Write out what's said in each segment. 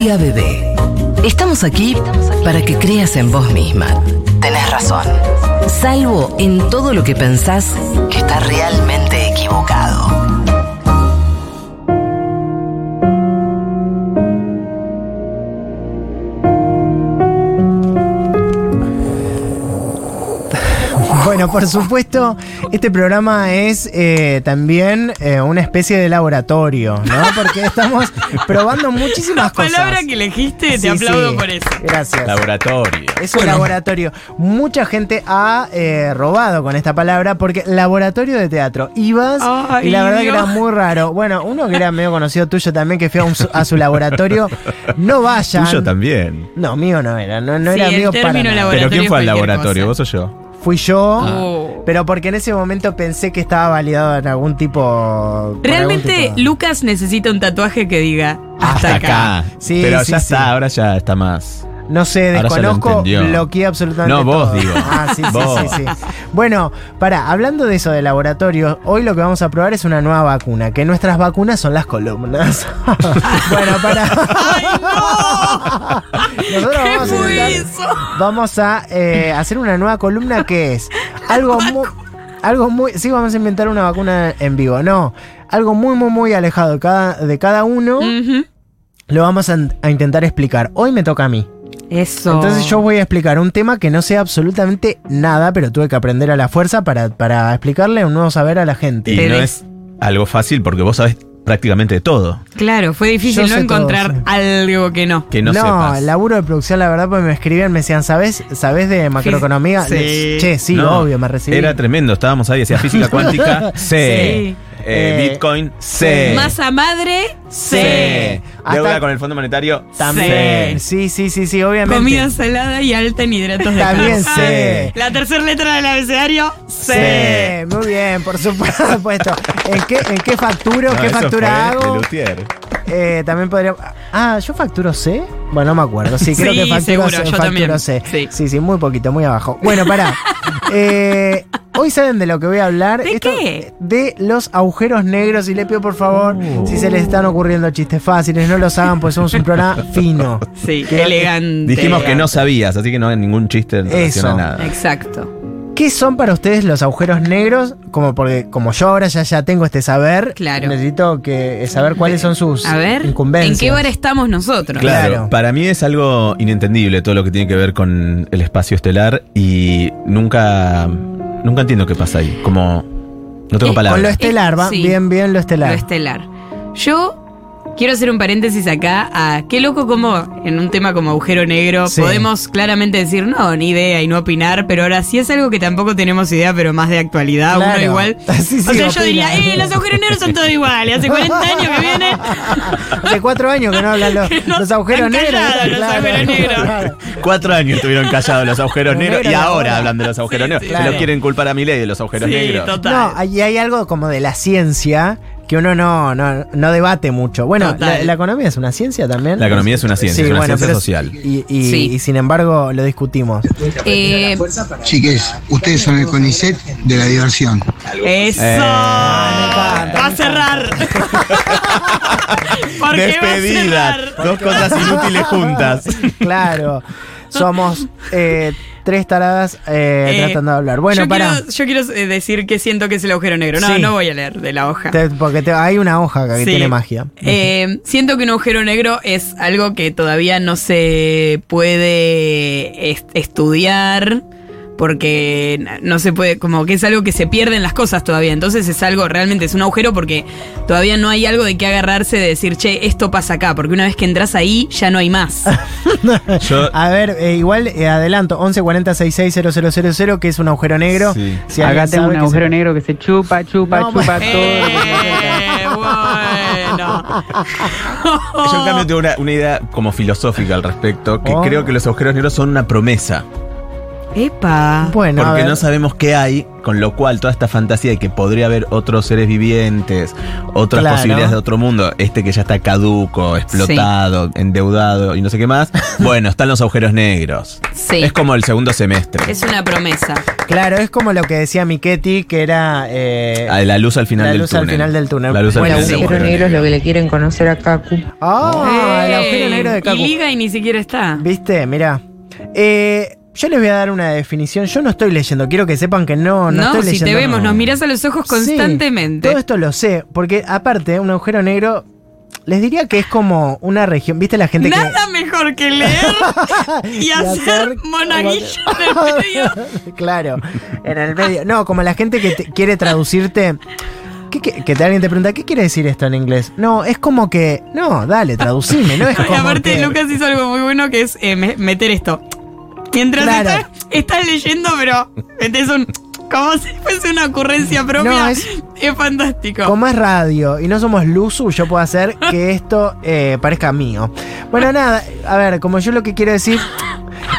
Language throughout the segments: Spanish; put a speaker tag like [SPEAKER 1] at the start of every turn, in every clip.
[SPEAKER 1] Día Bebé. Estamos aquí para que creas en vos misma. Tenés razón. Salvo en todo lo que pensás que está realmente equivocado.
[SPEAKER 2] Bueno, por supuesto, este programa es eh, también eh, una especie de laboratorio, ¿no? Porque estamos probando muchísimas
[SPEAKER 3] La
[SPEAKER 2] cosas.
[SPEAKER 3] palabra que elegiste, te
[SPEAKER 2] Sí,
[SPEAKER 3] aplaudo
[SPEAKER 2] sí.
[SPEAKER 3] por eso.
[SPEAKER 2] Gracias.
[SPEAKER 4] Laboratorio.
[SPEAKER 2] Es un laboratorio. Mucha gente ha eh, robado con esta palabra porque laboratorio de teatro. Ibas
[SPEAKER 3] Ay,
[SPEAKER 2] y la verdad que
[SPEAKER 3] Dios.
[SPEAKER 2] era muy raro. Bueno, uno que era medio conocido tuyo también que fue a, un su- a su laboratorio. No vayan.
[SPEAKER 4] Tuyo también.
[SPEAKER 2] No, mío no era. No, no
[SPEAKER 3] Sí,
[SPEAKER 2] era
[SPEAKER 3] el
[SPEAKER 2] mío para
[SPEAKER 3] término
[SPEAKER 2] nada.
[SPEAKER 3] laboratorio
[SPEAKER 4] Pero ¿quién fue al
[SPEAKER 3] es cualquier
[SPEAKER 4] laboratorio?
[SPEAKER 3] cosa.
[SPEAKER 4] ¿Vos o yo?
[SPEAKER 2] Fui yo.
[SPEAKER 3] Oh.
[SPEAKER 2] Pero porque en ese momento pensé que estaba validado en algún tipo. por
[SPEAKER 3] Realmente
[SPEAKER 2] algún tipo.
[SPEAKER 3] Lucas necesita un tatuaje que diga hasta acá.
[SPEAKER 2] Sí,
[SPEAKER 4] Pero
[SPEAKER 2] sí,
[SPEAKER 4] ya
[SPEAKER 2] sí.
[SPEAKER 4] está, ahora ya está más.
[SPEAKER 2] No sé,
[SPEAKER 4] Ahora ya lo
[SPEAKER 2] desconozco,
[SPEAKER 4] entendió.
[SPEAKER 2] bloqueé absolutamente.
[SPEAKER 4] No, vos
[SPEAKER 2] todo.
[SPEAKER 4] digo.
[SPEAKER 2] Ah, sí, sí,
[SPEAKER 4] Vos.
[SPEAKER 2] sí, sí. Bueno, para, hablando de eso de laboratorio, hoy lo que vamos a probar es una nueva vacuna, que nuestras vacunas son las columnas. bueno, para. Nosotros
[SPEAKER 3] ¿Qué
[SPEAKER 2] vamos a,
[SPEAKER 3] fue
[SPEAKER 2] intentar-
[SPEAKER 3] eso?
[SPEAKER 2] vamos a, eh, hacer una nueva columna que es algo muy. Algo muy. Sí, vamos a inventar una vacuna en vivo. No. Algo muy, muy, muy alejado de cada, de cada uno.
[SPEAKER 3] Ujú.
[SPEAKER 2] Lo vamos a, a intentar explicar. Hoy me toca a mí.
[SPEAKER 3] Eso.
[SPEAKER 2] Entonces yo voy a explicar un tema que no sé absolutamente nada, pero tuve que aprender a la fuerza para, para explicarle un nuevo saber a la gente.
[SPEAKER 4] Y
[SPEAKER 3] Te
[SPEAKER 4] no
[SPEAKER 3] des-
[SPEAKER 4] es algo fácil porque vos sabés prácticamente de todo.
[SPEAKER 3] Claro, fue
[SPEAKER 2] Yo
[SPEAKER 3] difícil no
[SPEAKER 2] sé todo,
[SPEAKER 3] encontrar
[SPEAKER 2] sí.
[SPEAKER 3] algo que no.
[SPEAKER 4] Que no, sepas.
[SPEAKER 2] el laburo de producción, la verdad, pues me escribían, me decían, ¿sabés, ¿sabés de macroeconomía?
[SPEAKER 3] Sí.
[SPEAKER 2] Les- Che, sí,
[SPEAKER 4] No,
[SPEAKER 2] obvio, me recibí.
[SPEAKER 4] Era tremendo, estábamos ahí, decía física cuántica, C.
[SPEAKER 3] Sí.
[SPEAKER 4] Eh,
[SPEAKER 2] Eh,
[SPEAKER 4] Bitcoin, C.
[SPEAKER 3] Masa madre,
[SPEAKER 4] C.
[SPEAKER 3] C.
[SPEAKER 4] Deuda
[SPEAKER 2] Hasta-
[SPEAKER 4] con el Fondo Monetario,
[SPEAKER 2] También.
[SPEAKER 4] C.
[SPEAKER 2] Sí, sí, sí, sí, obviamente.
[SPEAKER 3] Comida salada y alta en hidratos de
[SPEAKER 2] También
[SPEAKER 3] carbono.
[SPEAKER 2] sé.
[SPEAKER 3] La tercera letra del abecedario,
[SPEAKER 2] Sí,
[SPEAKER 3] C.
[SPEAKER 2] muy bien, por supuesto. ¿En qué, en qué facturo?
[SPEAKER 4] No,
[SPEAKER 2] ¿Qué
[SPEAKER 4] eso
[SPEAKER 2] factura
[SPEAKER 4] fue de
[SPEAKER 2] hago?
[SPEAKER 4] Luthier.
[SPEAKER 2] Eh, también podría. Ah, ¿yo facturo C? Bueno, no me acuerdo. Sí, creo
[SPEAKER 3] Sí,
[SPEAKER 2] que facturo
[SPEAKER 3] seguro,
[SPEAKER 2] C.
[SPEAKER 3] yo
[SPEAKER 2] facturo
[SPEAKER 3] también.
[SPEAKER 2] C. Sí.
[SPEAKER 3] Sí.
[SPEAKER 2] sí, muy poquito, muy abajo. Bueno, pará. Eh, hoy saben de lo que voy a hablar.
[SPEAKER 3] ¿De qué?
[SPEAKER 2] De los agujeros negros. Y le pido, por favor, si se les están ocurriendo chistes fáciles, no los hagan, pues somos un programa fino.
[SPEAKER 3] Sí,
[SPEAKER 2] Creo que-
[SPEAKER 3] elegante.
[SPEAKER 4] Dijimos que no sabías, así que no hay ningún chiste en relación
[SPEAKER 2] Eso.
[SPEAKER 4] a nada.
[SPEAKER 3] Exacto.
[SPEAKER 2] ¿Qué son para ustedes los agujeros negros? Como porque como yo ahora ya, ya tengo este saber,
[SPEAKER 3] Claro.
[SPEAKER 2] necesito que eh, saber cuáles son sus
[SPEAKER 3] A ver, ¿en
[SPEAKER 2] incumbencias.
[SPEAKER 3] qué hora estamos nosotros?
[SPEAKER 4] Claro,
[SPEAKER 2] Claro.
[SPEAKER 4] para mí es algo inentendible todo lo que tiene que ver con el espacio estelar y nunca, nunca entiendo qué pasa ahí. Como
[SPEAKER 3] Eh,
[SPEAKER 4] no tengo
[SPEAKER 2] Con lo
[SPEAKER 4] palabras.
[SPEAKER 2] estelar, va.
[SPEAKER 3] Sí.
[SPEAKER 2] Bien, bien, lo estelar.
[SPEAKER 3] Lo estelar. Yo quiero hacer un paréntesis acá a qué loco como en un tema como agujero negro
[SPEAKER 2] Sí.
[SPEAKER 3] podemos claramente decir no, ni idea y no opinar, pero ahora sí es algo que tampoco tenemos idea, pero más de actualidad,
[SPEAKER 2] Claro.
[SPEAKER 3] uno igual.
[SPEAKER 2] Sí, sí,
[SPEAKER 3] o sea,
[SPEAKER 2] opina.
[SPEAKER 3] yo diría, eh, los agujeros negros son todos iguales, hace 40 años que vienen.
[SPEAKER 2] Hace cuatro años que no hablan los,
[SPEAKER 3] no-
[SPEAKER 2] los agujeros
[SPEAKER 3] están
[SPEAKER 2] negros.
[SPEAKER 3] callados los agujeros negros.
[SPEAKER 2] claro.
[SPEAKER 4] Cuatro años estuvieron callados los agujeros
[SPEAKER 2] Los
[SPEAKER 4] negros y
[SPEAKER 2] negros, ahora.
[SPEAKER 4] ahora hablan de los agujeros negros.
[SPEAKER 2] sí,
[SPEAKER 4] Se
[SPEAKER 2] claro.
[SPEAKER 4] lo quieren culpar a mi ley de los agujeros
[SPEAKER 3] Sí,
[SPEAKER 4] negros.
[SPEAKER 3] total.
[SPEAKER 2] No, y hay algo como de la ciencia que uno no, no, no debate mucho. Bueno,
[SPEAKER 3] Total.
[SPEAKER 2] la, la economía es una ciencia también.
[SPEAKER 4] La economía es una ciencia,
[SPEAKER 2] Sí,
[SPEAKER 4] es una
[SPEAKER 2] bueno,
[SPEAKER 4] ciencia
[SPEAKER 2] pero-
[SPEAKER 4] social.
[SPEAKER 2] Y, y-
[SPEAKER 3] Sí.
[SPEAKER 2] y sin embargo lo discutimos.
[SPEAKER 3] Eh,
[SPEAKER 5] Chiques, ustedes son el CONICET de la diversión.
[SPEAKER 3] eso.
[SPEAKER 4] Eh,
[SPEAKER 3] Va a cerrar. Porque va a
[SPEAKER 4] Despedida.
[SPEAKER 3] cerrar.
[SPEAKER 4] Dos cosas inútiles juntas.
[SPEAKER 2] claro. Somos eh, tres taradas eh,
[SPEAKER 3] Eh,
[SPEAKER 2] tratando de hablar. Bueno,
[SPEAKER 3] yo
[SPEAKER 2] para.
[SPEAKER 3] Quiero, yo quiero eh, decir que siento que es el agujero negro. No,
[SPEAKER 2] Sí.
[SPEAKER 3] no voy a leer de la hoja.
[SPEAKER 2] porque te- hay una hoja acá que
[SPEAKER 3] Sí.
[SPEAKER 2] tiene magia.
[SPEAKER 3] Eh, siento que un agujero negro es algo que todavía no se puede est- estudiar. Porque na- no se puede, como que es algo que se pierden las cosas todavía. Entonces es algo, realmente es un agujero porque todavía no hay algo de qué agarrarse de decir, che, esto pasa acá. Porque una vez que entras ahí, ya no hay más.
[SPEAKER 4] Yo
[SPEAKER 2] A ver, eh, igual eh, adelanto, 1140660000, que es un agujero negro.
[SPEAKER 4] Sí.
[SPEAKER 2] Si alguien
[SPEAKER 6] Acá tengo
[SPEAKER 2] sabe
[SPEAKER 6] un
[SPEAKER 2] que
[SPEAKER 6] agujero
[SPEAKER 2] se-
[SPEAKER 6] negro que se chupa, chupa,
[SPEAKER 2] No, pues.
[SPEAKER 6] chupa todo.
[SPEAKER 3] Eh, bueno.
[SPEAKER 4] Yo en cambio tengo una, una idea como filosófica al respecto, que
[SPEAKER 2] Oh.
[SPEAKER 4] creo que los agujeros negros son una promesa.
[SPEAKER 3] Epa.
[SPEAKER 2] Bueno, a
[SPEAKER 4] Porque
[SPEAKER 2] ver.
[SPEAKER 4] no sabemos qué hay, con lo cual toda esta fantasía de que podría haber otros seres vivientes, otras
[SPEAKER 2] Claro.
[SPEAKER 4] posibilidades de otro mundo, este que ya está caduco, explotado, endeudado y no sé qué más, bueno, están los agujeros negros.
[SPEAKER 3] Sí.
[SPEAKER 4] Es como el segundo semestre.
[SPEAKER 3] Es una promesa.
[SPEAKER 2] Claro, es como lo que decía Miquetti, que era. eh,
[SPEAKER 4] Ah, la luz al final
[SPEAKER 2] La
[SPEAKER 4] del
[SPEAKER 2] luz al
[SPEAKER 4] túnel.
[SPEAKER 2] final del túnel.
[SPEAKER 4] La luz al
[SPEAKER 2] Bueno,
[SPEAKER 4] final del
[SPEAKER 2] agujero
[SPEAKER 4] túnel.
[SPEAKER 6] le quieren conocer a Kaku.
[SPEAKER 2] ¡Ah! el
[SPEAKER 3] Ey,
[SPEAKER 2] agujero negro de Kaku.
[SPEAKER 3] Y liga y ni siquiera está.
[SPEAKER 2] ¿Viste? Mirá. Eh, yo les voy a dar una definición. Yo no estoy leyendo. Quiero que sepan que no, no,
[SPEAKER 3] no,
[SPEAKER 2] estoy
[SPEAKER 3] si
[SPEAKER 2] leyendo.
[SPEAKER 3] te vemos, nos mirás a los ojos
[SPEAKER 2] Sí,
[SPEAKER 3] constantemente.
[SPEAKER 2] todo este esto lo sé. Porque aparte, un agujero negro. Les diría que es como una región. ¿Viste la gente que.?
[SPEAKER 3] Nada mejor que leer y hacer
[SPEAKER 2] hacer-
[SPEAKER 3] monaguillo de medio.
[SPEAKER 2] claro, en el medio. No, como la gente que te- quiere traducirte. ¿Qué, qué- que te- alguien te pregunta, ¿qué quiere decir esto en inglés? No, es como que. No, dale, traducime, no es
[SPEAKER 3] Y
[SPEAKER 2] como.
[SPEAKER 3] aparte,
[SPEAKER 2] que-
[SPEAKER 3] Lucas hizo algo muy bueno que es eh, me- meter esto. Mientras
[SPEAKER 2] Claro.
[SPEAKER 3] estás, estás leyendo, pero metes un. Como si fuese una ocurrencia propia.
[SPEAKER 2] No,
[SPEAKER 3] es,
[SPEAKER 2] es-
[SPEAKER 3] fantástico.
[SPEAKER 2] Como es radio y no somos Luzu, yo puedo hacer que esto eh, parezca mío. Bueno, nada, a ver, como yo lo que quiero decir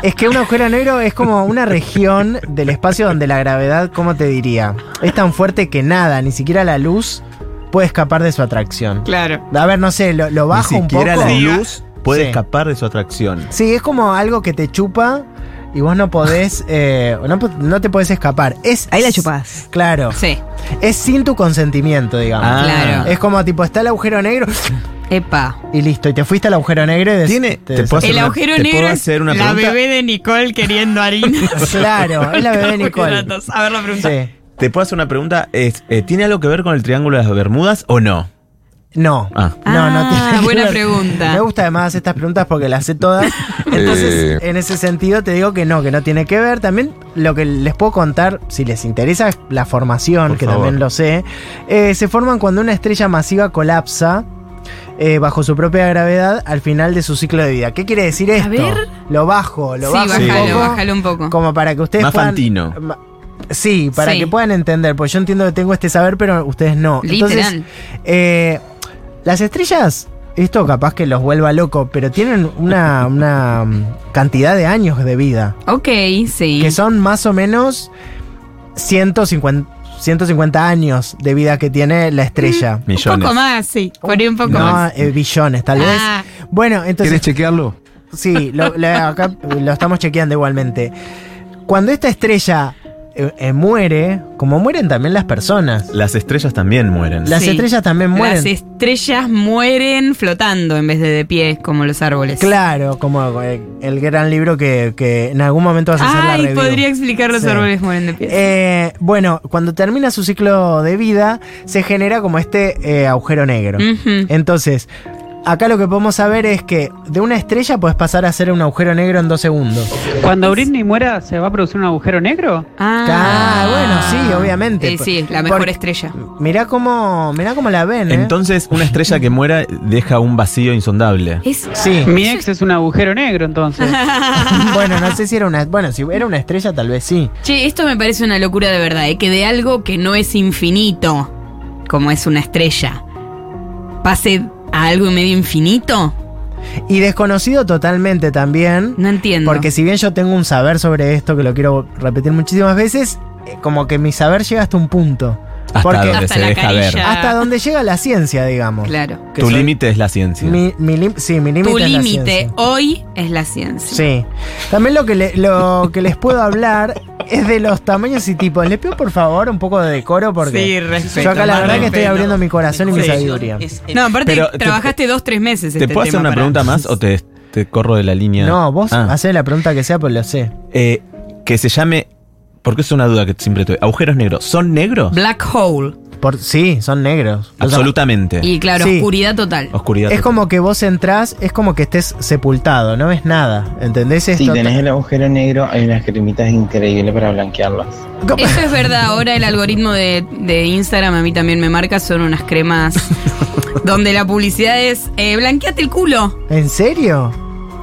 [SPEAKER 2] es que un agujero negro es como una región del espacio donde la gravedad, ¿cómo te diría? Es tan fuerte que nada, ni siquiera la luz, puede escapar de su atracción.
[SPEAKER 3] Claro.
[SPEAKER 2] A ver, no sé, lo, lo bajo
[SPEAKER 4] Ni
[SPEAKER 2] un poco.
[SPEAKER 4] siquiera la luz puede
[SPEAKER 2] Sí.
[SPEAKER 4] escapar de su atracción.
[SPEAKER 2] Sí, es como algo que te chupa y vos no podés, eh, no, po- no te podés escapar. Es,
[SPEAKER 6] Ahí la chupás.
[SPEAKER 2] Claro.
[SPEAKER 3] Sí.
[SPEAKER 2] Es sin tu consentimiento, digamos.
[SPEAKER 4] Ah,
[SPEAKER 3] Claro.
[SPEAKER 2] Es como tipo, está el agujero negro
[SPEAKER 3] Epa.
[SPEAKER 2] y listo. Y te fuiste al agujero negro y des-
[SPEAKER 4] Tiene-
[SPEAKER 2] te
[SPEAKER 4] te puedo
[SPEAKER 2] des-
[SPEAKER 4] hacer
[SPEAKER 3] El
[SPEAKER 4] una-
[SPEAKER 3] agujero
[SPEAKER 4] ¿te puedo
[SPEAKER 3] negro es
[SPEAKER 4] hacer una
[SPEAKER 3] la
[SPEAKER 4] pregunta?
[SPEAKER 3] bebé de Nicole queriendo harina.
[SPEAKER 2] Claro, es la bebé de Nicole.
[SPEAKER 3] A ver la pregunta.
[SPEAKER 2] Sí.
[SPEAKER 4] Te puedo hacer una pregunta, es, eh, ¿tiene algo que ver con el Triángulo de las Bermudas o no?
[SPEAKER 2] No.
[SPEAKER 4] Ah.
[SPEAKER 2] No, no
[SPEAKER 3] Ah,
[SPEAKER 2] tiene que
[SPEAKER 3] buena
[SPEAKER 2] ver.
[SPEAKER 3] pregunta.
[SPEAKER 2] Me gusta además estas preguntas porque las sé todas. Entonces,
[SPEAKER 3] Eh.
[SPEAKER 2] en ese sentido te digo que no, que no tiene que ver. También lo que les puedo contar, si les interesa, es la formación,
[SPEAKER 4] Por
[SPEAKER 2] que
[SPEAKER 4] favor.
[SPEAKER 2] también lo sé. Eh, se forman cuando una estrella masiva colapsa. eh, bajo su propia gravedad al final de su ciclo de vida. ¿Qué quiere decir esto?
[SPEAKER 3] ver.
[SPEAKER 2] Lo bajo, lo
[SPEAKER 3] sí,
[SPEAKER 2] bajo un
[SPEAKER 3] bájalo,
[SPEAKER 2] poco,
[SPEAKER 3] bájalo un poco.
[SPEAKER 2] como para que ustedes
[SPEAKER 4] Más
[SPEAKER 2] puedan-
[SPEAKER 4] Fantino.
[SPEAKER 2] Ma- Sí, para
[SPEAKER 3] Sí.
[SPEAKER 2] que puedan entender, pues yo entiendo que tengo este saber, pero ustedes no. Entonces,
[SPEAKER 3] Literal.
[SPEAKER 2] eh, las estrellas, esto capaz que los vuelva loco, pero tienen una, una mm, cantidad de años de vida,
[SPEAKER 3] ok, sí.
[SPEAKER 2] que son más o menos 150, 150 años de vida que tiene la estrella.
[SPEAKER 4] Millones.
[SPEAKER 3] Un poco más, sí. Por ahí Mm. un poco
[SPEAKER 2] Oh, No,
[SPEAKER 3] más.
[SPEAKER 2] eh, billones, tal vez.
[SPEAKER 3] Ah.
[SPEAKER 2] Bueno, entonces,
[SPEAKER 5] chequearlo?
[SPEAKER 2] sí, lo, lo- acá lo estamos chequeando igualmente. Cuando esta estrella eh, eh, muere, como mueren también las personas,
[SPEAKER 4] Las estrellas también mueren.
[SPEAKER 2] las
[SPEAKER 3] Sí.
[SPEAKER 2] estrellas también mueren.
[SPEAKER 3] Las estrellas mueren flotando en vez de de pie, como los árboles.
[SPEAKER 2] Claro, como eh, el gran libro que, que en algún momento vas a hacer la
[SPEAKER 3] Ay,
[SPEAKER 2] review.
[SPEAKER 3] podría explicar los
[SPEAKER 2] Sí.
[SPEAKER 3] árboles mueren de pie.
[SPEAKER 2] Eh, bueno, cuando termina su ciclo de vida, se genera como este eh, agujero negro.
[SPEAKER 3] Ujú.
[SPEAKER 2] Entonces, acá lo que podemos saber es que de una estrella puedes pasar a ser un agujero negro en dos segundos.
[SPEAKER 7] Cuando Britney muera, ¿se va a producir un agujero negro?
[SPEAKER 2] Ah, bueno, sí, obviamente.
[SPEAKER 3] Sí, Eh, sí, la mejor
[SPEAKER 2] Por-
[SPEAKER 3] estrella.
[SPEAKER 2] Mirá cómo, mirá cómo la ven, ¿eh?
[SPEAKER 4] Entonces, una estrella que muera deja un vacío insondable.
[SPEAKER 3] Es
[SPEAKER 2] Sí.
[SPEAKER 7] Mi ex es un agujero negro, entonces.
[SPEAKER 2] bueno, no sé si era una. Bueno, si era una estrella, tal vez sí.
[SPEAKER 3] Che, esto me parece una locura de verdad, ¿eh? que de algo que no es infinito, como es una estrella, pase a algo medio infinito.
[SPEAKER 2] Y desconocido totalmente también.
[SPEAKER 3] No entiendo.
[SPEAKER 2] Porque si bien yo tengo un saber sobre esto que lo quiero repetir muchísimas veces, eh, como que mi saber llega hasta un punto.
[SPEAKER 4] Hasta
[SPEAKER 2] Porque-
[SPEAKER 4] donde
[SPEAKER 3] Hasta
[SPEAKER 4] se
[SPEAKER 3] la
[SPEAKER 4] deja
[SPEAKER 3] carilla.
[SPEAKER 4] ver.
[SPEAKER 2] Hasta donde llega la ciencia, digamos.
[SPEAKER 3] claro.
[SPEAKER 2] Que
[SPEAKER 4] Tu
[SPEAKER 2] soy-
[SPEAKER 4] límite es la ciencia.
[SPEAKER 2] Mi, mi lim- sí, mi límite.
[SPEAKER 3] Tu
[SPEAKER 2] es la
[SPEAKER 3] límite
[SPEAKER 2] ciencia.
[SPEAKER 3] hoy es la ciencia.
[SPEAKER 2] Sí. También lo que, le- lo que les puedo hablar es de los tamaños y tipos. Les pido por favor un poco de decoro
[SPEAKER 3] Sí,
[SPEAKER 2] porque
[SPEAKER 3] respeto,
[SPEAKER 2] yo acá la
[SPEAKER 3] más
[SPEAKER 2] verdad que estoy
[SPEAKER 3] respeto.
[SPEAKER 2] abriendo mi corazón y mi
[SPEAKER 3] Sí.
[SPEAKER 2] sabiduría.
[SPEAKER 3] No, aparte
[SPEAKER 4] Pero te-
[SPEAKER 3] trabajaste dos, tres meses.
[SPEAKER 4] ¿Te
[SPEAKER 3] este
[SPEAKER 4] puedo hacer
[SPEAKER 3] tema
[SPEAKER 4] una
[SPEAKER 3] para-
[SPEAKER 4] pregunta más o te, te corro de la línea?
[SPEAKER 2] No, vos
[SPEAKER 4] Ah.
[SPEAKER 2] hacés la pregunta que sea, pues lo sé.
[SPEAKER 4] Eh, que se llame. Porque es una duda que siempre tuve. ¿Agujeros negros son negros?
[SPEAKER 3] Black hole.
[SPEAKER 2] Por, sí, son negros. O sea,
[SPEAKER 4] Absolutamente.
[SPEAKER 3] Y claro,
[SPEAKER 2] Sí.
[SPEAKER 3] oscuridad total.
[SPEAKER 4] Oscuridad.
[SPEAKER 2] Es como que vos entrás, es como que estés sepultado, no ves nada. ¿Entendés esto?
[SPEAKER 8] Si tenés el agujero negro, hay unas cremitas increíbles para blanquearlas.
[SPEAKER 2] ¿Cómo?
[SPEAKER 3] Eso es verdad, ahora el algoritmo de, de Instagram a mí también me marca, son unas cremas donde la publicidad es eh, blanqueate el culo.
[SPEAKER 2] ¿En serio?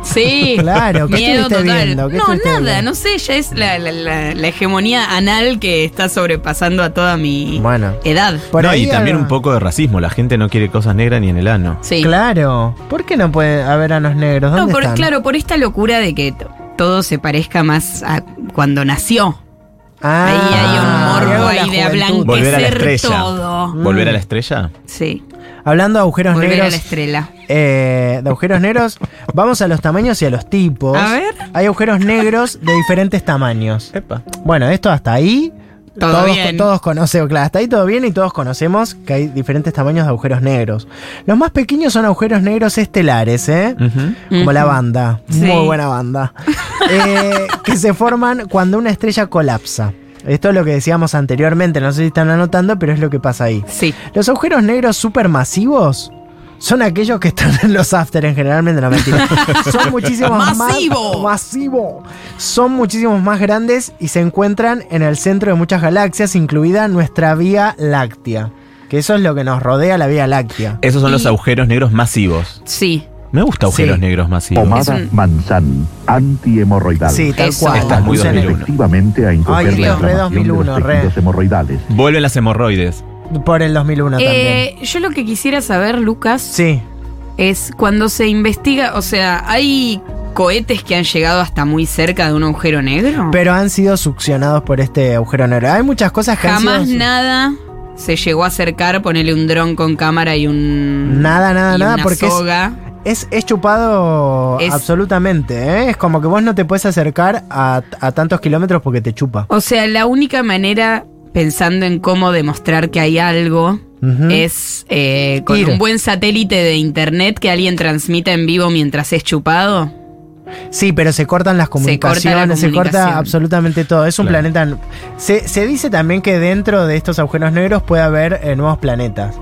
[SPEAKER 3] Sí.
[SPEAKER 2] Claro, ¿qué
[SPEAKER 3] Miedo
[SPEAKER 2] estuviste
[SPEAKER 3] total.
[SPEAKER 2] viendo? ¿Qué
[SPEAKER 3] no,
[SPEAKER 2] estuviste
[SPEAKER 3] nada,
[SPEAKER 2] viendo?
[SPEAKER 3] no sé, ya es la, la- la- la hegemonía anal que está sobrepasando a toda mi
[SPEAKER 2] Bueno.
[SPEAKER 3] edad.
[SPEAKER 2] Por
[SPEAKER 4] no,
[SPEAKER 2] ahí
[SPEAKER 4] y también
[SPEAKER 2] algo-
[SPEAKER 4] un poco de racismo. La gente no quiere cosas negras ni en el ano.
[SPEAKER 3] Sí.
[SPEAKER 2] Claro. ¿Por qué no puede haber anos negros?
[SPEAKER 3] No,
[SPEAKER 2] ¿Dónde
[SPEAKER 3] por,
[SPEAKER 2] están?
[SPEAKER 3] claro, por esta locura de que t- todo se parezca más a cuando nació.
[SPEAKER 2] Ah,
[SPEAKER 3] ahí hay un morbo
[SPEAKER 2] Diego, la
[SPEAKER 3] ahí de
[SPEAKER 2] juventud.
[SPEAKER 4] Volver a la
[SPEAKER 3] ablanquecer
[SPEAKER 4] estrella.
[SPEAKER 3] todo.
[SPEAKER 2] Mm.
[SPEAKER 4] ¿Volver a la estrella?
[SPEAKER 3] Sí,
[SPEAKER 2] Hablando de agujeros
[SPEAKER 3] volver a
[SPEAKER 2] negros.
[SPEAKER 3] la estrella.
[SPEAKER 2] eh, de agujeros negros, vamos a los tamaños y a los tipos.
[SPEAKER 3] A ver.
[SPEAKER 2] Hay agujeros negros de diferentes tamaños.
[SPEAKER 4] Epa.
[SPEAKER 2] Bueno, esto hasta ahí.
[SPEAKER 3] Todo
[SPEAKER 2] todos,
[SPEAKER 3] bien.
[SPEAKER 2] todos conocemos, claro, hasta ahí todo bien y todos conocemos que hay diferentes tamaños de agujeros negros. Los más pequeños son agujeros negros estelares, ¿eh?
[SPEAKER 4] Ujú.
[SPEAKER 2] Como la
[SPEAKER 3] Ujú.
[SPEAKER 2] banda,
[SPEAKER 3] Sí.
[SPEAKER 2] muy buena banda. Eh, que se forman cuando una estrella colapsa. Esto es lo que decíamos anteriormente, no sé si están anotando, pero es lo que pasa ahí.
[SPEAKER 3] Sí.
[SPEAKER 2] Los agujeros negros supermasivos son aquellos que están en los after en generalmente, no mentira. Son muchísimos más.
[SPEAKER 3] Masivo.
[SPEAKER 2] Masivo. Son muchísimos más grandes y se encuentran en el centro de muchas galaxias, incluida nuestra Vía Láctea. Que eso es lo que nos rodea la Vía Láctea.
[SPEAKER 4] Esos son los
[SPEAKER 3] Y-
[SPEAKER 4] agujeros negros masivos.
[SPEAKER 3] Sí.
[SPEAKER 4] Me gusta agujeros
[SPEAKER 2] Sí.
[SPEAKER 4] negros masivos.
[SPEAKER 3] Es
[SPEAKER 9] Pomada
[SPEAKER 3] un-
[SPEAKER 9] Manzan, antihemorroidal.
[SPEAKER 2] Sí, tal
[SPEAKER 3] Eso.
[SPEAKER 2] cual.
[SPEAKER 4] Estás muy
[SPEAKER 2] Usan el-
[SPEAKER 4] 2001.
[SPEAKER 9] Efectivamente a encoger
[SPEAKER 2] Dios, re
[SPEAKER 9] la inflamación de
[SPEAKER 2] 2001,
[SPEAKER 9] los
[SPEAKER 2] re.
[SPEAKER 9] tejidos hemorroidales.
[SPEAKER 4] Vuelven las hemorroides.
[SPEAKER 2] Por el 2001 también.
[SPEAKER 3] Eh, yo lo que quisiera saber, Lucas,
[SPEAKER 2] Sí.
[SPEAKER 3] es cuando se investiga, o sea, hay cohetes que han llegado hasta muy cerca de un agujero negro.
[SPEAKER 2] Pero han sido succionados por este agujero negro. Hay muchas cosas que han
[SPEAKER 3] Jamás
[SPEAKER 2] sido.
[SPEAKER 3] nada se llegó a acercar, ponerle un dron con cámara y un...
[SPEAKER 2] Nada, nada,
[SPEAKER 3] y
[SPEAKER 2] nada,
[SPEAKER 3] una
[SPEAKER 2] porque es-
[SPEAKER 3] soga.
[SPEAKER 2] Es, es chupado
[SPEAKER 3] Es-
[SPEAKER 2] absolutamente, ¿eh? Es como que vos no te puedes acercar a, a tantos kilómetros porque te chupa.
[SPEAKER 3] O sea, la única manera, pensando en cómo demostrar que hay algo,
[SPEAKER 2] Ujú.
[SPEAKER 3] es eh, con
[SPEAKER 2] Ir.
[SPEAKER 3] un buen satélite de internet que alguien transmita en vivo mientras es chupado.
[SPEAKER 2] Sí, pero se cortan las
[SPEAKER 3] Se corta la
[SPEAKER 2] comunicaciones, se corta,
[SPEAKER 3] comunicación.
[SPEAKER 2] absolutamente todo. Es un
[SPEAKER 4] Claro.
[SPEAKER 2] planeta. Se, se dice también que dentro de estos agujeros negros puede haber eh, nuevos planetas.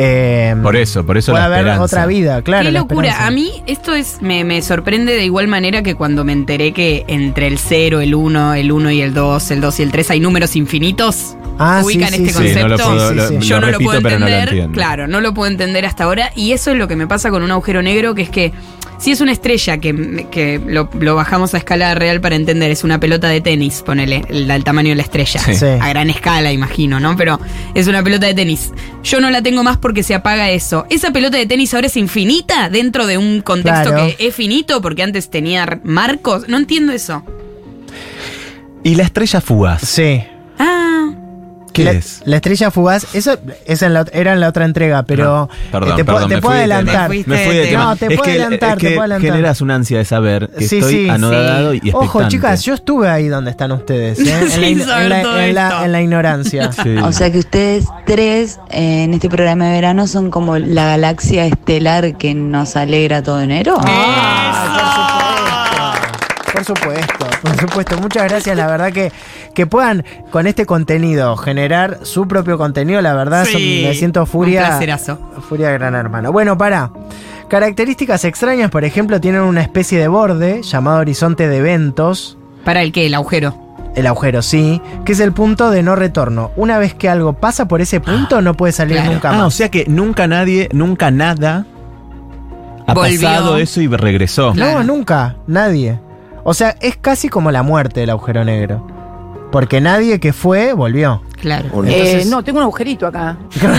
[SPEAKER 2] Eh,
[SPEAKER 4] Por eso, por eso
[SPEAKER 2] puede
[SPEAKER 4] la
[SPEAKER 2] haber
[SPEAKER 4] esperanza.
[SPEAKER 2] otra vida, claro.
[SPEAKER 3] Qué
[SPEAKER 2] la
[SPEAKER 3] locura.
[SPEAKER 2] esperanza.
[SPEAKER 3] A mí esto es me, me sorprende de igual manera que cuando me enteré que entre el 0, el 1, el 1 y el 2, el 2 y el 3 hay números infinitos.
[SPEAKER 2] Ah, sí,
[SPEAKER 3] ubican
[SPEAKER 2] sí,
[SPEAKER 3] este
[SPEAKER 2] sí.
[SPEAKER 4] Sí, no lo
[SPEAKER 3] concepto.
[SPEAKER 4] puedo,
[SPEAKER 2] Sí,
[SPEAKER 4] lo-
[SPEAKER 2] sí, sí.
[SPEAKER 4] lo
[SPEAKER 3] Yo no lo
[SPEAKER 4] repito,
[SPEAKER 3] puedo
[SPEAKER 4] pero no lo
[SPEAKER 3] entender.
[SPEAKER 4] entiendo.
[SPEAKER 3] claro, no lo puedo entender hasta ahora. Y eso es lo que me pasa con un agujero negro, que es que si es una estrella que, que lo, lo bajamos a escala real para entender, es una pelota de tenis, ponele el, el tamaño de la estrella.
[SPEAKER 4] Sí.
[SPEAKER 2] Sí.
[SPEAKER 3] A gran escala, imagino, ¿no? Pero es una pelota de tenis. Yo no la tengo más porque se apaga eso. Esa pelota de tenis ahora es infinita dentro de un contexto
[SPEAKER 2] Claro.
[SPEAKER 3] que es finito porque antes tenía marcos. No entiendo eso.
[SPEAKER 4] Y la estrella fugaz.
[SPEAKER 2] Sí.
[SPEAKER 3] Ah,
[SPEAKER 4] ¿Qué
[SPEAKER 2] la,
[SPEAKER 4] es?
[SPEAKER 2] la estrella fugaz, eso esa en la, era en la otra entrega, pero
[SPEAKER 4] No, perdón,
[SPEAKER 2] eh, te, puedo-
[SPEAKER 4] perdón,
[SPEAKER 2] te
[SPEAKER 4] me
[SPEAKER 2] puedo
[SPEAKER 4] fui de tema.
[SPEAKER 2] adelantar.
[SPEAKER 3] Te fuiste
[SPEAKER 4] Me fui de
[SPEAKER 3] de
[SPEAKER 4] tema.
[SPEAKER 2] tema. No, te puedo adelantar, te puedo adelantar.
[SPEAKER 4] Generas una ansia de saber que
[SPEAKER 2] Sí,
[SPEAKER 4] estoy
[SPEAKER 2] sí,
[SPEAKER 4] anodado
[SPEAKER 3] sí.
[SPEAKER 4] y expectante.
[SPEAKER 2] Ojo, chicas, yo estuve ahí donde están ustedes, ¿eh? en, la,
[SPEAKER 3] Sin
[SPEAKER 2] in- en
[SPEAKER 3] saber
[SPEAKER 2] la-
[SPEAKER 3] todo
[SPEAKER 2] en la-
[SPEAKER 3] esto.
[SPEAKER 2] en la ignorancia.
[SPEAKER 4] Sí.
[SPEAKER 10] O sea que ustedes tres eh, en este programa de verano son como la galaxia estelar que nos alegra todo enero.
[SPEAKER 2] Ah, por supuesto. Por supuesto, por supuesto. Muchas gracias. La verdad que, que puedan con este contenido generar su propio contenido. La verdad, son-
[SPEAKER 3] sí.
[SPEAKER 2] me siento
[SPEAKER 3] Un
[SPEAKER 2] furia.
[SPEAKER 3] placerazo.
[SPEAKER 2] Furia de Gran Hermano. Bueno, para. Características extrañas, por ejemplo, tienen una especie de borde llamado horizonte de eventos.
[SPEAKER 3] ¿Para el qué? El agujero.
[SPEAKER 2] El agujero, sí, que es el punto de no retorno. Una vez que algo pasa por ese punto, no puede salir
[SPEAKER 3] Claro.
[SPEAKER 2] nunca
[SPEAKER 4] Ah, o
[SPEAKER 2] más.
[SPEAKER 4] sea que nunca nadie, nunca nada ha
[SPEAKER 3] Volvió.
[SPEAKER 4] pasado eso y regresó.
[SPEAKER 3] claro.
[SPEAKER 2] No, nunca, nadie. O sea, es casi como la muerte del agujero negro. Porque nadie que fue volvió.
[SPEAKER 3] Claro.
[SPEAKER 2] Entonces-
[SPEAKER 11] no, tengo un agujerito acá.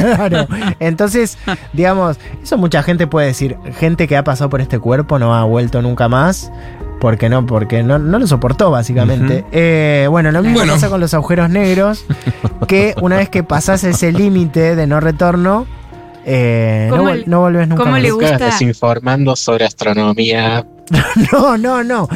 [SPEAKER 2] claro. Entonces, digamos, eso mucha gente puede decir. Gente que ha pasado por este cuerpo no ha vuelto nunca más. Porque no, porque no, no lo soportó, básicamente.
[SPEAKER 4] Ujú.
[SPEAKER 2] Eh, bueno, lo mismo
[SPEAKER 5] Bueno.
[SPEAKER 2] pasa con los agujeros negros. Que una vez que pasas ese límite de no retorno, eh, no,
[SPEAKER 3] ¿Cómo
[SPEAKER 2] vol-
[SPEAKER 3] le-
[SPEAKER 2] no volvés nunca
[SPEAKER 3] cómo
[SPEAKER 2] más.
[SPEAKER 3] le gusta?
[SPEAKER 8] Lucas desinformando sobre astronomía.
[SPEAKER 2] No, no, no.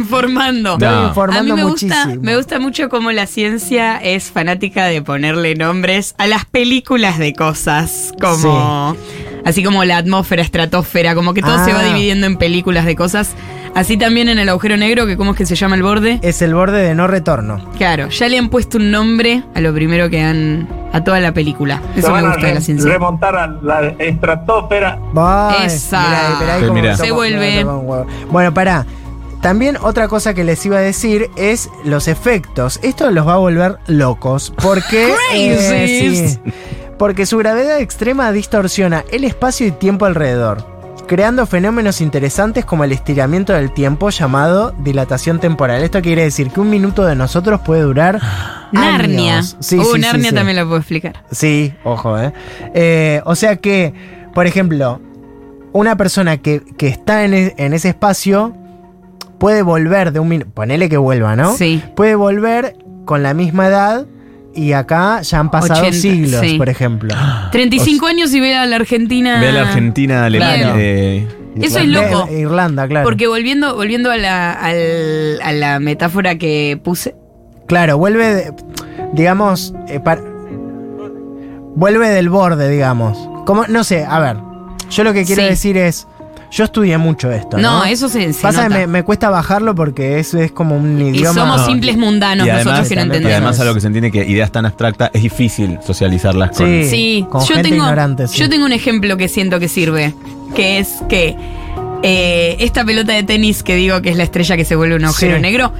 [SPEAKER 3] Desinformando.
[SPEAKER 4] No.
[SPEAKER 2] Estoy informando
[SPEAKER 3] A mí me gusta,
[SPEAKER 2] muchísimo.
[SPEAKER 3] me gusta mucho cómo la ciencia es fanática de ponerle nombres a las películas de cosas, como así como la atmósfera, estratosfera, como que todo se va
[SPEAKER 2] Ah.
[SPEAKER 3] dividiendo en películas de cosas. Así también en el agujero negro, que cómo es que se llama el borde.
[SPEAKER 2] Es el borde de no retorno.
[SPEAKER 3] Claro, ya le han puesto un nombre a lo primero que han a toda la película. Eso me gusta de la ciencia.
[SPEAKER 11] Remontar a la estratosfera.
[SPEAKER 2] Ay,
[SPEAKER 3] Esa.
[SPEAKER 2] mirá, mirá ahí
[SPEAKER 4] Sí,
[SPEAKER 2] cómo me
[SPEAKER 4] mirá.
[SPEAKER 2] tocó,
[SPEAKER 3] Se vuelve.
[SPEAKER 2] me tocó un huevo. Bueno, pará. También otra cosa que les iba a decir es los efectos. Esto los va a volver locos. Porque. eh,
[SPEAKER 3] Crazies.
[SPEAKER 2] sí. porque su gravedad extrema distorsiona el espacio y tiempo alrededor, creando fenómenos interesantes como el estiramiento del tiempo llamado dilatación temporal. Esto quiere decir que un minuto de nosotros puede durar.
[SPEAKER 3] Narnia.
[SPEAKER 2] años. Sí,
[SPEAKER 3] Uh,
[SPEAKER 2] sí, sí,
[SPEAKER 3] Narnia
[SPEAKER 2] sí.
[SPEAKER 3] también la puedo explicar.
[SPEAKER 2] Sí, ojo, ¿eh? Eh, O sea que, por ejemplo, una persona que, que está en, e- en ese espacio puede volver de un minuto. Ponele que vuelva, ¿no?
[SPEAKER 3] Sí.
[SPEAKER 2] Puede volver con la misma edad y acá ya han pasado
[SPEAKER 3] 80,
[SPEAKER 2] siglos,
[SPEAKER 3] sí.
[SPEAKER 2] por ejemplo.
[SPEAKER 3] 35 años y ve a la Argentina.
[SPEAKER 4] Ve a la Argentina, Alemania.
[SPEAKER 3] Ah, Claro.
[SPEAKER 4] eh,
[SPEAKER 3] Eso es
[SPEAKER 2] Irlanda.
[SPEAKER 3] loco.
[SPEAKER 2] Eh, Irlanda, claro.
[SPEAKER 3] Porque volviendo, volviendo a, la, al- a la metáfora que puse.
[SPEAKER 2] Claro, vuelve, de- digamos, eh, par- vuelve del borde, digamos. Como, no sé, a ver, yo lo que quiero
[SPEAKER 3] Sí.
[SPEAKER 2] decir es, yo estudié mucho esto. No,
[SPEAKER 3] No, eso se, se
[SPEAKER 2] Pasa que
[SPEAKER 3] nota.
[SPEAKER 2] me, me cuesta bajarlo porque eso es como un
[SPEAKER 3] Y
[SPEAKER 2] idioma.
[SPEAKER 3] somos
[SPEAKER 4] No,
[SPEAKER 3] simples mundanos
[SPEAKER 4] y
[SPEAKER 3] nosotros
[SPEAKER 4] además-
[SPEAKER 3] que no
[SPEAKER 2] también-
[SPEAKER 4] Y
[SPEAKER 3] entendemos.
[SPEAKER 4] además a lo que se entiende que ideas tan abstractas es difícil socializarlas con...
[SPEAKER 2] Sí.
[SPEAKER 3] Sí,
[SPEAKER 2] con
[SPEAKER 3] yo
[SPEAKER 2] gente
[SPEAKER 3] tengo,
[SPEAKER 2] ignorante, sí.
[SPEAKER 3] yo tengo un ejemplo que siento que sirve, que es que eh, esta pelota de tenis que digo que es la estrella que se vuelve un agujero
[SPEAKER 2] Sí.
[SPEAKER 3] negro,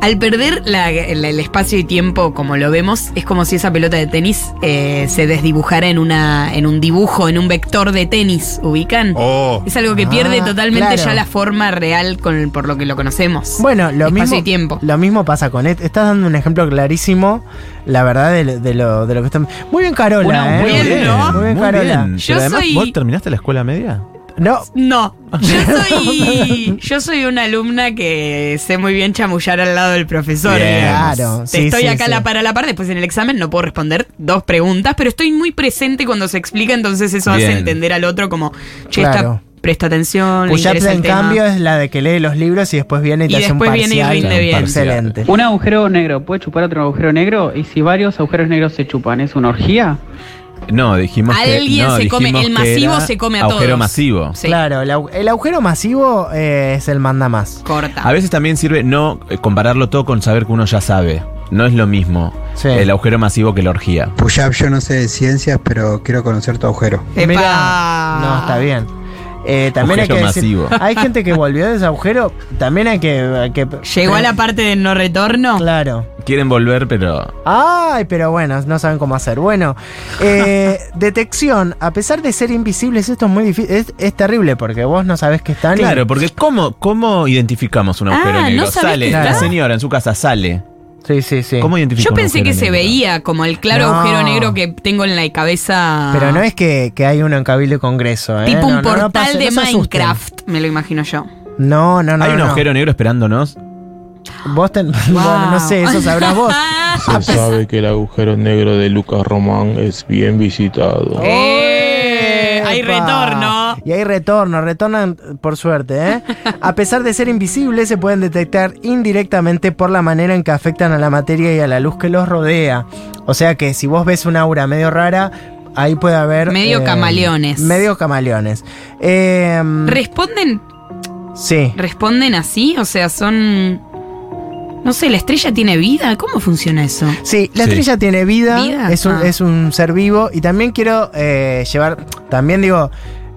[SPEAKER 3] al perder la- el, el espacio y tiempo como lo vemos, es como si esa pelota de tenis eh, se desdibujara en, una, en un dibujo, en un vector de tenis, ¿ubican?
[SPEAKER 4] Oh.
[SPEAKER 3] Es algo que
[SPEAKER 2] Ah,
[SPEAKER 3] pierde totalmente
[SPEAKER 2] claro.
[SPEAKER 3] ya la forma real con, por lo que lo conocemos.
[SPEAKER 2] Bueno, lo
[SPEAKER 3] Espacio
[SPEAKER 2] mismo,
[SPEAKER 3] y tiempo.
[SPEAKER 2] lo mismo pasa con esto. Estás dando un ejemplo clarísimo, la verdad, de, de lo, de lo que están. Muy bien, Carola.
[SPEAKER 7] Una-
[SPEAKER 2] ¿eh?
[SPEAKER 7] muy bien,
[SPEAKER 3] ¿no?
[SPEAKER 2] Muy bien, Carola.
[SPEAKER 4] Yo
[SPEAKER 3] Yo
[SPEAKER 4] Pero además,
[SPEAKER 3] soy-
[SPEAKER 4] ¿vos terminaste la escuela media?
[SPEAKER 2] No,
[SPEAKER 3] No, yo soy, yo soy una alumna que sé muy bien chamullar al lado del profesor.
[SPEAKER 4] Bien.
[SPEAKER 3] digamos.
[SPEAKER 2] Claro,
[SPEAKER 3] Te
[SPEAKER 2] sí,
[SPEAKER 3] estoy
[SPEAKER 2] sí,
[SPEAKER 3] acá a
[SPEAKER 2] sí.
[SPEAKER 3] la par a la par, después en el examen no puedo responder dos preguntas, pero estoy muy presente cuando se explica, entonces eso
[SPEAKER 4] Bien.
[SPEAKER 3] hace entender al otro como, che, esta
[SPEAKER 2] Claro.
[SPEAKER 3] presta atención, le
[SPEAKER 2] Puyatla,
[SPEAKER 3] interesa el
[SPEAKER 2] en
[SPEAKER 3] tema.
[SPEAKER 2] cambio, es la de que lee los libros y después viene y, te
[SPEAKER 3] Y
[SPEAKER 2] hace un
[SPEAKER 3] después viene y
[SPEAKER 2] parcial.
[SPEAKER 3] rinde bien.
[SPEAKER 2] Excelente.
[SPEAKER 7] Un agujero negro puede chupar otro agujero negro y si varios agujeros negros se chupan, ¿es una orgía?
[SPEAKER 4] No, dijimos que...
[SPEAKER 3] Alguien
[SPEAKER 4] no,
[SPEAKER 3] se come, el
[SPEAKER 4] dijimos que
[SPEAKER 3] masivo
[SPEAKER 4] era
[SPEAKER 3] se come a
[SPEAKER 4] Agujero
[SPEAKER 3] todos.
[SPEAKER 4] masivo.
[SPEAKER 3] Sí,
[SPEAKER 2] Claro, el, agu- el agujero masivo eh, es el manda más.
[SPEAKER 3] corta.
[SPEAKER 4] A veces también sirve no eh, compararlo todo con saber que uno ya sabe. No es lo mismo
[SPEAKER 2] Sí.
[SPEAKER 4] el agujero masivo que la orgía.
[SPEAKER 5] Pues ya yo no sé de ciencias, pero quiero conocer tu agujero.
[SPEAKER 3] Epa.
[SPEAKER 2] Mirá, no,
[SPEAKER 3] Ah.
[SPEAKER 2] está bien. Eh, también hay que
[SPEAKER 4] Agujero
[SPEAKER 2] decir,
[SPEAKER 4] masivo.
[SPEAKER 2] hay gente que volvió de ese agujero, también hay que... hay que-
[SPEAKER 3] Llegó a la parte del no retorno.
[SPEAKER 2] Claro.
[SPEAKER 4] Quieren volver, pero
[SPEAKER 2] Ay, pero bueno, no saben cómo hacer. Bueno, eh, detección, a pesar de ser invisibles, esto es muy difícil, es, es terrible porque vos no sabés que están. y-
[SPEAKER 4] Claro, porque ¿cómo, cómo identificamos un
[SPEAKER 3] Ah,
[SPEAKER 4] agujero
[SPEAKER 3] ¿no
[SPEAKER 4] negro?
[SPEAKER 3] sabés
[SPEAKER 4] sale,
[SPEAKER 3] que
[SPEAKER 4] la
[SPEAKER 2] está?
[SPEAKER 4] señora en su casa sale.
[SPEAKER 2] Sí, sí, sí.
[SPEAKER 4] ¿Cómo identificamos?
[SPEAKER 3] Yo pensé que se veía como el claro
[SPEAKER 2] No.
[SPEAKER 3] agujero negro que tengo en la cabeza.
[SPEAKER 2] Pero no es que, que hay uno en Cabildo y Congreso, ¿eh?
[SPEAKER 3] Ah. Tipo
[SPEAKER 2] No,
[SPEAKER 3] un
[SPEAKER 2] no, no
[SPEAKER 3] portal
[SPEAKER 2] pase-
[SPEAKER 3] de
[SPEAKER 2] no se asusten.
[SPEAKER 3] Minecraft, me lo imagino yo.
[SPEAKER 2] No, no, no.
[SPEAKER 4] Hay un
[SPEAKER 2] no.
[SPEAKER 4] agujero negro esperándonos.
[SPEAKER 2] Vos ten- Bueno, no sé, eso sabrás vos.
[SPEAKER 8] Se sabe que el agujero negro de Lucas Román es bien visitado.
[SPEAKER 3] ¡Eh! Hay
[SPEAKER 2] Epa.
[SPEAKER 3] retorno.
[SPEAKER 2] Y hay retorno, retornan por suerte. ¿eh? A pesar de ser invisibles, se pueden detectar indirectamente por la manera en que afectan a la materia y a la luz que los rodea. O sea que si vos ves un aura medio rara, ahí puede haber... eh,
[SPEAKER 3] Medio camaleones.
[SPEAKER 2] Medio camaleones. Eh,
[SPEAKER 3] ¿Responden,
[SPEAKER 2] sí.
[SPEAKER 3] ¿Responden así? O sea, son. No sé, ¿la estrella tiene vida? ¿Cómo funciona eso?
[SPEAKER 2] Sí, la
[SPEAKER 4] Sí.
[SPEAKER 2] estrella tiene vida,
[SPEAKER 3] ¿Vida?
[SPEAKER 2] Es, un,
[SPEAKER 3] Ah.
[SPEAKER 2] es un ser vivo y también quiero eh, llevar, también digo,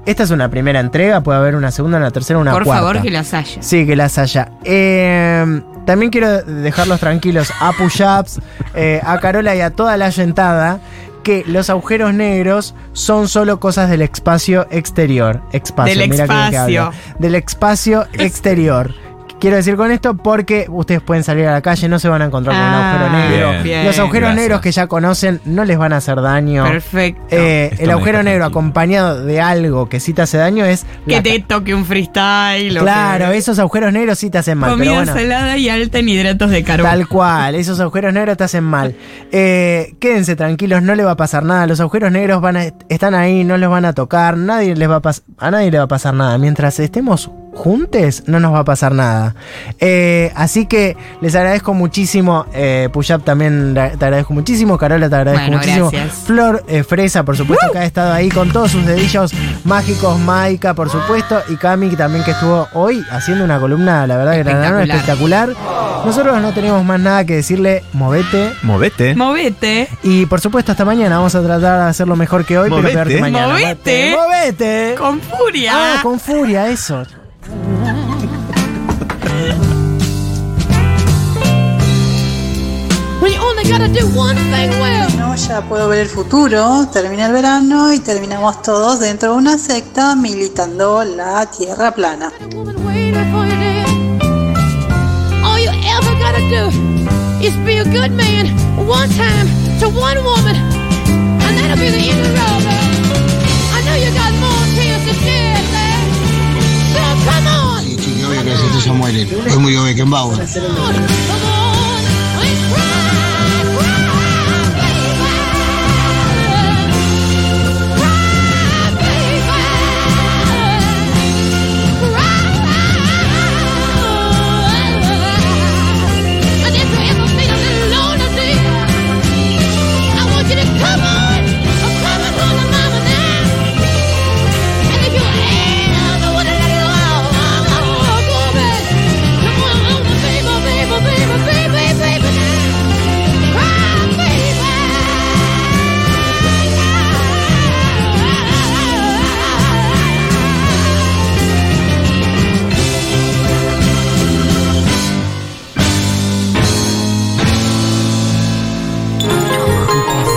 [SPEAKER 2] esta es una primera entrega, puede haber una segunda, una tercera, una
[SPEAKER 3] Por
[SPEAKER 2] cuarta.
[SPEAKER 3] favor, que las haya.
[SPEAKER 2] Sí, que las haya. Eh, también quiero dejarlos tranquilos a Puyaps, eh, a Carola y a toda la yentada que los agujeros negros son solo cosas del espacio exterior. Espacio,
[SPEAKER 3] Del
[SPEAKER 2] mira que bien que
[SPEAKER 3] espacio.
[SPEAKER 2] hablo. Del espacio exterior. Quiero decir con esto porque ustedes pueden salir a la calle, no se van a encontrar con un agujero
[SPEAKER 3] Ah,
[SPEAKER 2] negro.
[SPEAKER 4] Bien.
[SPEAKER 2] Los agujeros
[SPEAKER 4] gracias.
[SPEAKER 2] negros que ya conocen no les van a hacer daño.
[SPEAKER 3] Perfecto.
[SPEAKER 2] Eh,
[SPEAKER 4] esto
[SPEAKER 2] el
[SPEAKER 4] me
[SPEAKER 2] agujero
[SPEAKER 4] deja
[SPEAKER 2] negro
[SPEAKER 4] tranquilo.
[SPEAKER 2] acompañado de algo que sí te hace daño es...
[SPEAKER 3] que
[SPEAKER 2] la
[SPEAKER 3] te toque un freestyle. o
[SPEAKER 2] Claro,
[SPEAKER 3] que-
[SPEAKER 2] esos agujeros negros sí te hacen mal.
[SPEAKER 3] Comida
[SPEAKER 2] Pero bueno,
[SPEAKER 3] salada y alta en hidratos de carbono.
[SPEAKER 2] tal cual, esos agujeros negros te hacen mal. Eh, quédense tranquilos, no le va a pasar nada. Los agujeros negros van a, están ahí, no los van a tocar, nadie les va a pas- a nadie le va a pasar nada. Mientras estemos juntes, no nos va a pasar nada. Eh, así que les agradezco muchísimo. Eh, Puyap también la- te agradezco muchísimo. Carola te agradezco
[SPEAKER 3] Bueno,
[SPEAKER 2] muchísimo.
[SPEAKER 3] gracias.
[SPEAKER 2] Flor eh, Fresa, por supuesto, que ha estado ahí con todos sus dedillos mágicos. Maika, por supuesto. Y Cami, que también que estuvo hoy haciendo una columna, la verdad, que granadona, espectacular.
[SPEAKER 3] Espectacular.
[SPEAKER 2] Nosotros no tenemos más nada que decirle. Movete.
[SPEAKER 4] Movete.
[SPEAKER 3] Movete.
[SPEAKER 2] Y por supuesto, hasta mañana vamos a tratar de hacerlo mejor que hoy, pero peor que
[SPEAKER 4] Movete.
[SPEAKER 2] mañana.
[SPEAKER 3] Movete.
[SPEAKER 2] ¡Movete!
[SPEAKER 3] Con furia.
[SPEAKER 2] Ah, con furia, eso.
[SPEAKER 12] No, ya puedo ver el futuro, termina el verano y terminamos todos dentro de una secta militando la tierra plana.
[SPEAKER 13] All you ever gotta do is be a good man one time to one woman, and that'll be the end of the road, man. I know you got more tears to shed, man. So come on.
[SPEAKER 5] Sí, chiqui, obvio que los estos ya mueren.
[SPEAKER 14] Hoy murió Beckenbauer.
[SPEAKER 5] Come on.